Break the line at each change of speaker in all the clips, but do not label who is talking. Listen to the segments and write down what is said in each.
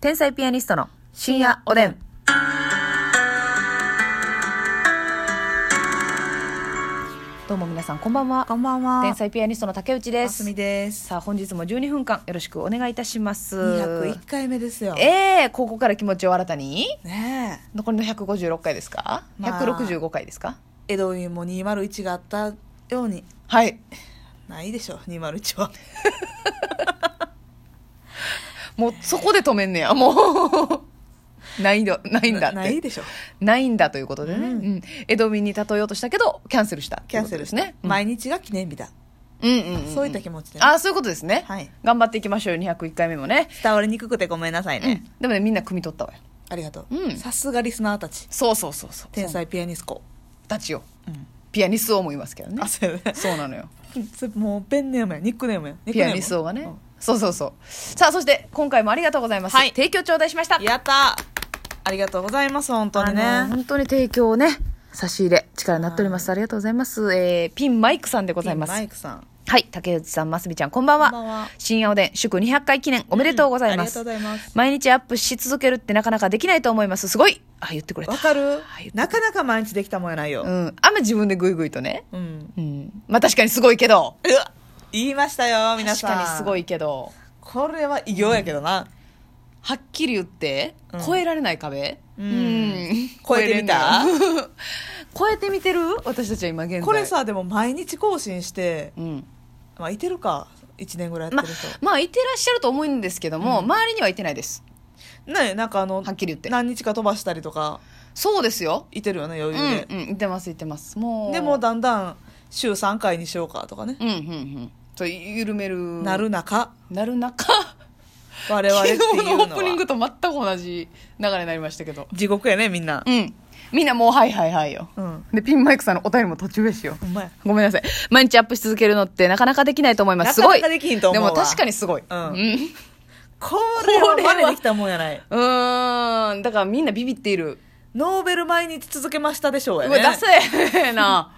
天才ピアニストの深夜おでん。どうも皆さんこんばんは。
こんばんは。
天才ピアニストの竹内で
あす
す
み。です。
さあ本日も12分間よろしくお願いいたします。
201回目ですよ。
ええここから気持ちを新たに
ね
残りの156回ですか、
まあ
?165 回ですか
え。江戸にも201があったように、
はい。
ないでしょ、201は。
もうそこで止めんねや、もう。 ないんだ、ないんだって。
ないでしょ。
ないんだということでね。う
うんん。
江戸民に例えようとしたけど、キャンセルした。
キャンセル
ね。うん
毎日が記念日だ。
うんうんうん。
そういった気持ちでね
ああ、そういうことですね。
はい
頑張っていきましょうよ、201回目もね。
伝わりにくくてごめんなさいね。
でもね、みんな汲み取ったわよ。
ありがと
うん
う。さすがリスナーたち。
そうそうそうそう。
天才ピアニスコ。
たちよ。
うん
ピアニストもいますけどね
あ、。そうよね。
そうな のよ。
それもうペンネームや、ニックネームや。ニック
ピ
ネー
ア
ム
ニストがね、
うん
そうそうそうさあそして今回もありがとうございます、
はい
提供頂戴しました
やったありがとうございます、本当に
あの
ね。
本当に提供をね差し入れ力になっておりますありがとうございます、えーピンマイクさんでございま
マ
す
イクさん。
はい竹内さんますみちゃんこんばんは
こんばんは
深夜おでん祝200回記念おめでとうございます、
うんありがとうございます
毎日アップし続けるってなかなかできないと思いますすごいあ言ってくれた
わかる
はい
なかなか毎日できたもんやないよ
う。んあんま自分でグイグイとね
うん。
うんまあ確かにすごいけど
うわ言いましたよ、皆
確
さん。
かにすごいけど
これは偉業やけどな、
はっきり言って、
うん
超えられない壁
うん
超
超
え
え
て
て
み
み
た
た
超えてみてる私たちは今現在
これさでも毎日更新して、
うん
まあ、いてるか1年ぐらいや
ま
ってる人、
まあいてらっしゃると思うんですけども、周りにはいてないです
ねなんかあの
はっきり言って
何日か飛ばしたりとか
そうですよ
いてるよね
うん
余裕で、
うんいてますいてますもう
でもだんだん週3回にしようかとかね、
うんうんうんそう緩める
なる中
なる中
我々っ
昨
て
日
いうの
のオ
は
ープニングと全く同じ流れになりましたけど
地獄やねみんな
うんみんなもうはいはいはいよ、
うん
でピンマイクさんのお便りも途中でしよう
ほんまや
ごめんなさい。毎日アップし続けるのってなかなかできないと思います。す
な
ご
か
い。
なかできんと思うわ
も確かにすごい。
うん
うん。
これは
これは
真似できたもんやないう
ーん。だからみんなビビっている。
ノーベル毎日続けましたでしょう
う
や
わ、
ね
ダサいな。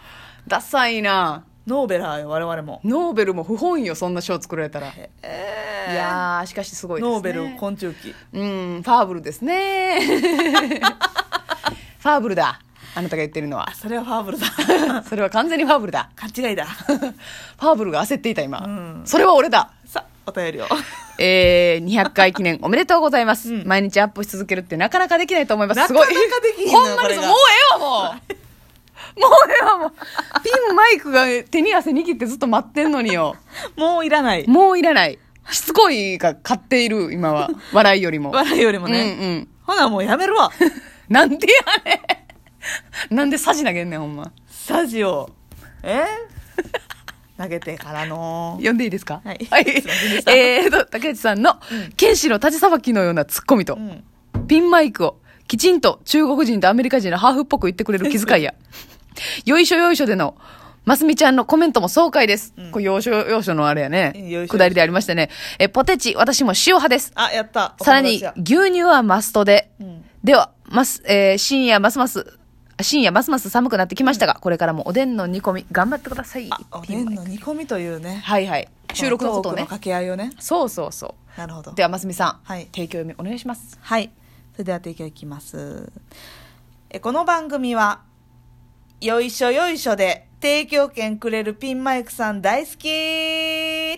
ダサいな。
ノーベラーよ我々も
ノーベルも不本意よ、そんな賞作られたら。い
え
やー、しかしすごいですね。
ノーベル昆虫記
うん、ファーブルです ね。ファーブルだ。あなたが言ってるのは
あ。それはファーブルだ
それは完全にファーブルだ。
勘違いだ
ファーブルが焦っていた今。
うん
それは俺だ。
さあお便りを
えー、200回記 念おめでとうございます、
うん
毎日アップし続けるってなかなかできないと思います
な
す
か
ご
ないかできひんの
ほ
よ
んまに
これ
そう
が
もうええわもうもうええわもうピンマイクが手に汗握ってずっと待ってんのによ
もういらな い
もういらないしつこいが勝っている今 は笑いよりも
笑いよりもね、
うんうん
ほなもうやめるわ
なん でやねん なんでサジ投げんねんほんま
スタジオえ投げてからの
呼んでいいですか
はい
はい
すいませんでし、た
えーと竹内さんの剣士の立ちさばきのようなツッコミと、
うん
ピンマイクをきちんと中国人とアメリカ人のハーフっぽく言ってくれる気遣いや、 よいしょよいしょでの、ますみちゃんのコメントも爽快です。これ、要所要所のあれやね
よいしょよい。しょ
下りでありましたね。え、ポテチ、私も塩派です。
あやった
さらに、
お友達や
牛乳はマストで。
うん
では、ます、えー深夜ますます、深夜ますます寒くなってきましたが、これからもおでんの煮込み、頑張ってください。
あおでんの煮込みというね
はいはい。収録のことを
トークの
ね。
掛け合いをね
そうそうそ
なるほど
う。では、ますみさん、
はい
提供読みお願いします。
はいそれでは提供いきますえこの番組は「よいしょよいしょ」で提供権くれるピンマイクさん大好き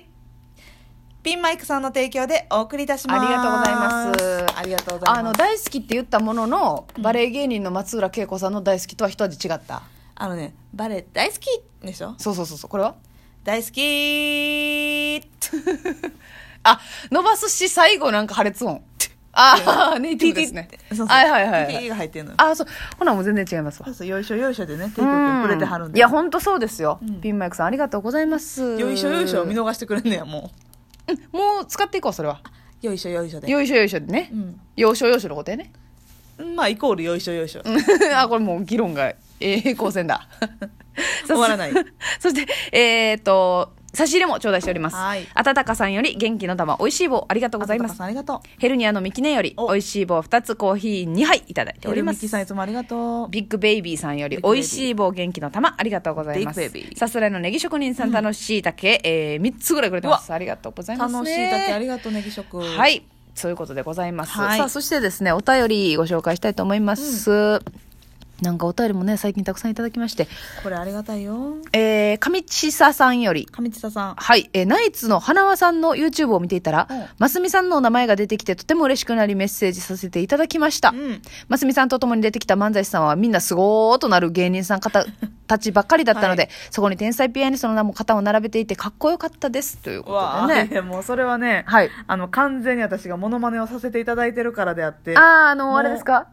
ピンマイクさんの提供でお送りいたします
ありがとうございます
ありがとうございます
あの大好きって言ったものの、バレエ芸人の松浦恵子さんの大好きとは一味違った
あのね、バレエ大好きでしょ
そうそうそうそうこれ は
大好き
あ伸ばすし最後なんか破裂音ああネイティブですね
そうそう。
はいはいはい、
TT が入ってんのよ。
あそうほなもう全然違いますわ
そうそう、よいしょよいしょでね、提供権くれてはるん
い
で。
や本当そうですよ、
ん
ピンマイクさんありがとうございます
よいしょよいしょを見逃してくれんねや、も
うんもう使っていこうそれは
う。よいしょよいしょで。
よいしょよいしょでね、
うん
要所要所のことやね
まあ、イコールよいしょよいしょ。
あこれもう議論がえ平行線 だ
終わらない。
そして、えっ、と、差し入れも頂戴しております。
はい
あたたかさんより元気の玉、美味しい棒、ありがとうございま
あたたか
す。
さんありがとう。
ヘルニアのミキネより、
お
美味しい棒2つ、コーヒー2杯いただいており
テレ
ま
ミ
す
キ。さんいつもありがとう。
ビッグベイビーさんより、
ビッグベ
美
イビー
味しい棒、元気の玉、ありがとうございます
ビッグベイビ。ー
さすらいのネギ職人さん、楽しい竹、えー、3つぐらいくれてます。ありがとうございます、
楽しいだけありがとう、ネギ食。。
はいい。そういうことでございます。
はい
さあ、そしてですね、お便りご紹介したいと思います。なんかお便りもね、最近たくさんいただきまして、
これありがたいよ。
えー、上地ささんより、
上地田さん。
はい、えーナイツの花輪さんの YouTube を見ていたら
うん、
ますみさんのお名前が出てきてとても嬉しくなりメッセージさせていただきました。
うん。
ますみさんと共に出てきた漫才師さんはみんなすごーとなる芸人さん 方たちばっかりだったので、
は
そこに天才ピアニストの名も肩を並べていてかっこよかったです。という
う
こと
わ
で
あ、
ね。
もうそれは ね、
はい。
あの、完全に私がモノマネをさせていただいてるからであって、
ああ、あの、
もう
あれですか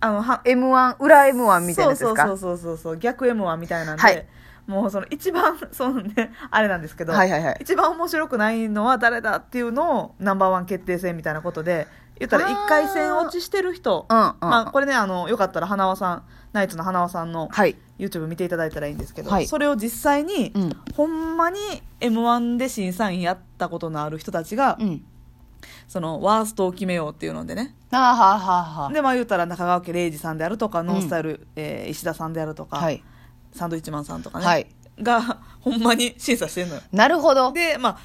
あの、は、
?M1、裏 M1 みたいなやつですか
そうそうそうそうそう逆 M1 みたいなんで、
はい
もうその一番そのねあれなんですけど、
はいはいはい
一番面白くないのは誰だっていうのをナンバーワン決定戦みたいなことで言ったら
あー
一回戦落ちしてる人
うんうんうん
まあ、これねあのよかったら花輪さんナイツの花輪さんの
はい。
YouTube 見ていただいたらいいんですけど、
はい
それを実際に、
うん
ほんまに m 1で審査員やったことのある人たちが、
うん。
そのワーストを決めようっていうのでね
ああ、はあはあは
でまあ言ったら中川家礼二さんであるとか、ノンスタイル、えー石田さんであると
あ。
か、
はい。
サンドイッチマンさんとかね、
はい
がほんまに審査してるのよ
なるほど。
でまあ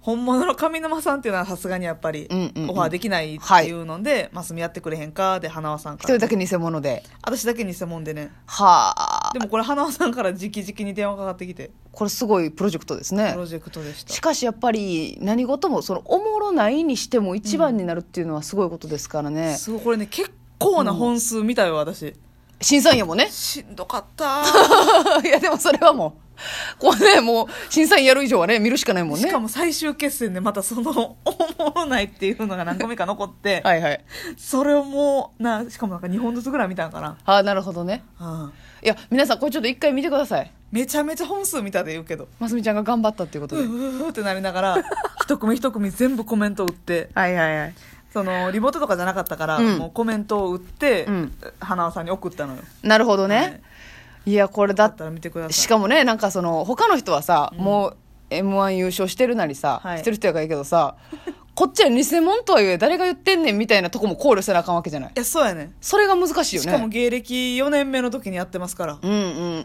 本物の上沼さんっていうのはさすがにやっぱり
うんうんうん
オファーできないっていうので、マスミやってくれへんかで花輪さん
一
から
人だけ偽物で。
私だけ偽物でね
はあ
で。もこれ花輪さんから直々に電話かかってきて
これすごいプロジェクトです
プ
ね
ロ。ジェクトでした
しかしやっぱり何事もそのおもろないにしても一番になるっていうのはすごいことですからね。
すごいこれね結構な本数見たよ私
審査員やもんね。
しんどかった
いやでもそれはもうこうねもう審査員やる以上はね見るしかない もんね
しかも最終決戦でまたそのおもろないっていうのが何個目か残って、
はいはい
それをもうなしかもなんか2本ずつぐらい見たんかな、
ああなるほどね
うん
いや皆さんこれちょっと一回見てください
めちゃめちゃ本数見たで言うけど
ますみちゃんが頑張ったっていうこと
う
で、
ーってなりながら 一組一組全部コメント打って
はいはいはい
そのリモートとかじゃなかったから、
うん
もうコメントを打って、
うん
花輪さんに送ったのよ
なるほどね、
はい
い、やこれだ
だっ
った
ら見てください
しかもねなんかその他の人はさ、もう m 1優勝してるなりさ、
はい
してる人やからいいけどさ こっちは偽物とはいえ誰が言ってんねんみたいなとこも考慮せなあかんわけじゃない
いやそうやね
それが難しいよね
しかも芸歴4年目の時にやってますから、
うんうん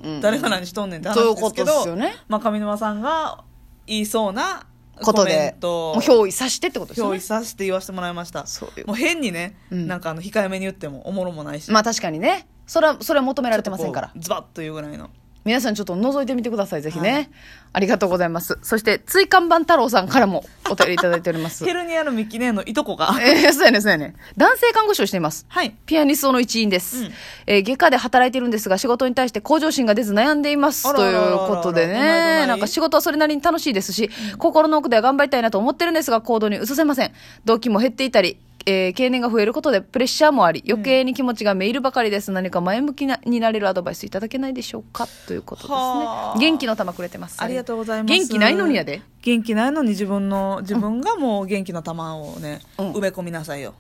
うん
誰が何しとんねんって話です
そうい
けど
うことですよね
まあ、上沼さんが言いそうな
こ
コ
と
メ
で
ント
も
を
う憑依さしてってことですよ
憑依
ね
させて言わせてもらいました
そういうこと
もう変にね、
うん
なんかあの控えめに言ってもおもろもないし、
まあ確かにねそれはそれは求められてませんから
ちょっとこうズバッというぐらいの
皆さんちょっと覗いてみてくださいぜひね、
は
ありがとうございますそして椎間板太郎さんからもお便りいただいております
ヘルニアのミキネのいとこが
えーそうやねそうやね男性看護師をしています
はい
ピアニストの一員です、
うん
えー外科で働いてるんですが仕事に対して向上心が出ず悩んでいます
あら
と
あ
い
らあらあら
うことで
どないどな
ね
い
なんか仕事はそれなりに楽しいですし、心の奥では頑張りたいなと思ってるんですが行動に移せません動機も減っていたりえー経年が増えることでプレッシャーもあり余計に気持ちがめいるばかりです、何か前向きなになれるアドバイスいただけないでしょうかということですね
はあ
元気の玉くれてます
ありがとうございます
元気ないのにやで
元気ないのに自分の自分がもう元気の玉をね、
うん
埋め込みなさいよ、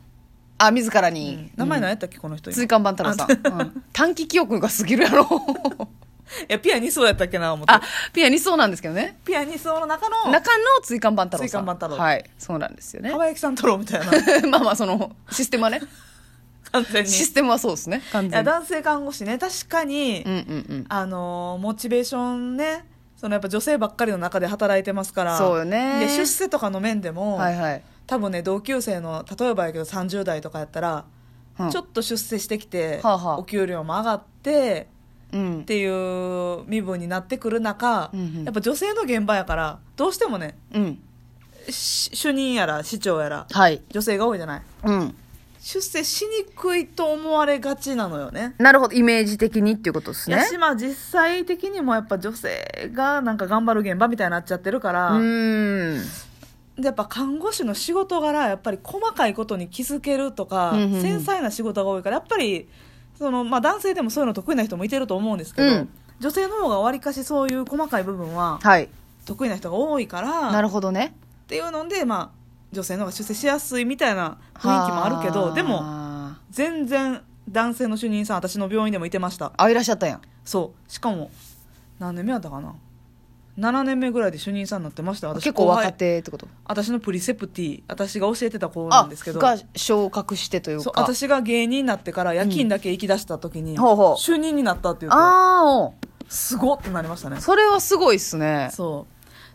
あ自ら
う
に
ん、名前何やったっけこの人
椎
今
間板太郎さん、うん短期記憶が過ぎるや ろ
いやピアニストやったっけな思って
あピアニストなんですけどね
ピアニストの中の
中の椎間板太郎さん
椎間板太郎
はいそうなんですよね
浜焼さん太郎みたいな
まあまあそのシステム はね
完全に
システムはそうですね完
いや
全に
男性看護師ね確かに、
うんうん
あのーモチベーションねそのやっぱ女性ばっかりの中で働いてますから
そうよね
で出世とかの面で
うん
も、
はいはい、
多分ね同級生の例えばやけど30代とかやったら、
うん
ちょっと出世してきて、
はあはあ
お給料も上がって
うん
っ、ていう身分になってくる中、
うんうん
やっぱ女性の現場やからどうしてもね
うん、
し主任やら市長やら
はい
女性が多いじゃない
うん
出世しにくいと思われがちなのよね
なるほどイメージ的にっていうことですね
やしまあ実際的にもやっぱ女性がなんか頑張る現場みたいになっちゃってるか
う
ら、
ーん
でやっぱ看護師の仕事柄やっぱり細かいことに気づけるとか、
うんうんうん
繊細な仕事が多いからやっぱりその、まあ、男性でもそういうの得意な人もいてると思うんですけど、
うん
女性の方がわりかしそういう細かい部分は
はい
得意な人が多いから
なるほどね
っていうので、まあ、女性の方が出世しやすいみたいな雰囲気もあるけ
は
ど
あ
でも全然男性の主任さん私の病院でもいてました
あいらっしゃったんやん
そうしかも何年目やったかな7年目ぐらいで主任さんになってました私
結構
後輩
若手ってこと
私のプリセプティ私が教えてた子な
あ
んですけど
が昇格してという
そう
か
私が芸人になってから夜勤だけ行き出した時に、
んほうほう
主任になったっていうと
ああ
すごっってなりましたね
それはすごいっすね
そ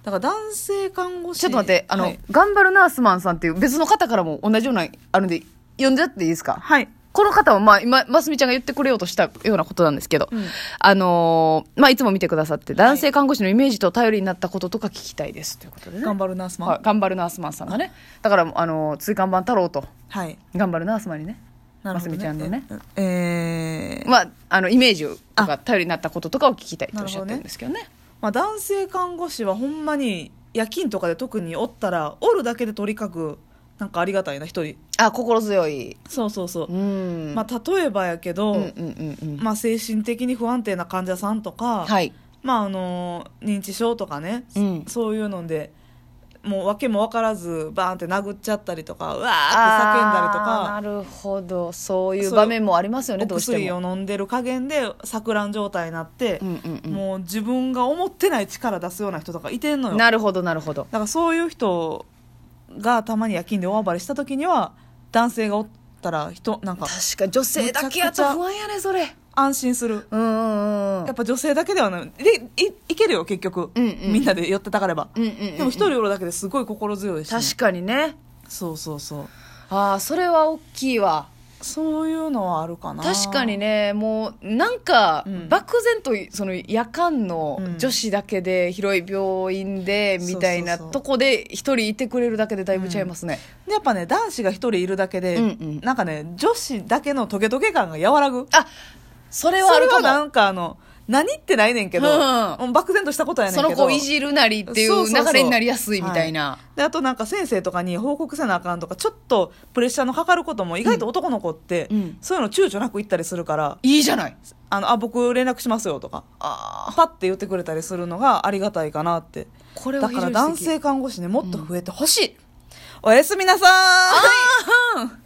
うだから男性看護 師
ちょっと待って、あの、
はい、
頑張るナースマンさんっていう別の方からも同じような、あるんで、呼んじゃっていいですか
はい
この方は、まあ、今、ますみちゃんが言ってくれようとしたようなことなんですけど、
うん
あのーまあ、いつも見てくださって、男性看護師のイメージと頼りになったこととか聞きたいです、ということでね。
頑張るナースマン
はい頑張るナースマンさんがね。だから、あのー、椎間板太郎と、
はい
頑張るナースマンにね、
なるほど
ますみちゃんのね、
えー
まあ、あの、イメージとか頼りになったこととかを聞きたいとおっしゃってるんですけどね。
まあ、男性看護師はほんまに夜勤とかで特におったらおるだけでとにかくなんかありがたいな一人
あ、心強い。
そうそうそう
う、ん。
まあ、例えばやけど、
うんうんうんうん。
まあ、精神的に不安定な患者さんとか、
はい。
まああの認知症とかね、
うん
そういうのでもう訳も分からずバーンって殴っちゃったりとかうわーって叫んだりと
あ
か
ーなるほどそうい
そうう
場面もありますよね
お
どうして
薬
も
を飲んでる加減で錯乱状態になって、
うんうんうん
もう自分が思ってない力出すような人とかいてんのよ
なるほどなるほど
だからそういう人がたまに夜勤で大暴れした時には男性がおったら人なんか
確か女性だけやと不安やねそれ
安心する
うんうんうん
やっぱ女性だけではないでいいけるよ結局、
うんうん
みんなで寄ってたかれば、
うんうんうん
でも一人おるだけですごい心強いしね、
確かにね
そうそうそう
ああそれは大きいわ
そういうのはあるかな
確かにねもうなんか
うん
漠然とその夜間の
うん
女子だけで広い病院でみたいな
そうそうそう
とこで一人いてくれるだけでだいぶちゃいますね
でやっぱね男子が一人いるだけで、
うんうん
なんかね女子だけのトゲトゲ感が和らぐ
あそれは
そ
あ
れ
る
は
か
な
も
んかあの何ってないねんけど、
うん
もう漠然としたことやねん
そ
けど
の子をいじるなりってい
そう
う
そうそう
流れになりやすいみたいな
はであとなんか先生とかに報告せなあかんとかちょっとプレッシャーのかかることも意外と男の子って、
うん
そういうの躊躇なく言ったりするから
いいじゃない
「あのあ僕連絡しますよ」とか
あ
パッて言ってくれたりするのがありがたいかなって
これ
だ
は
から男性看護師ねもっと
うん
増えてほしい、おやすみなさーい
あ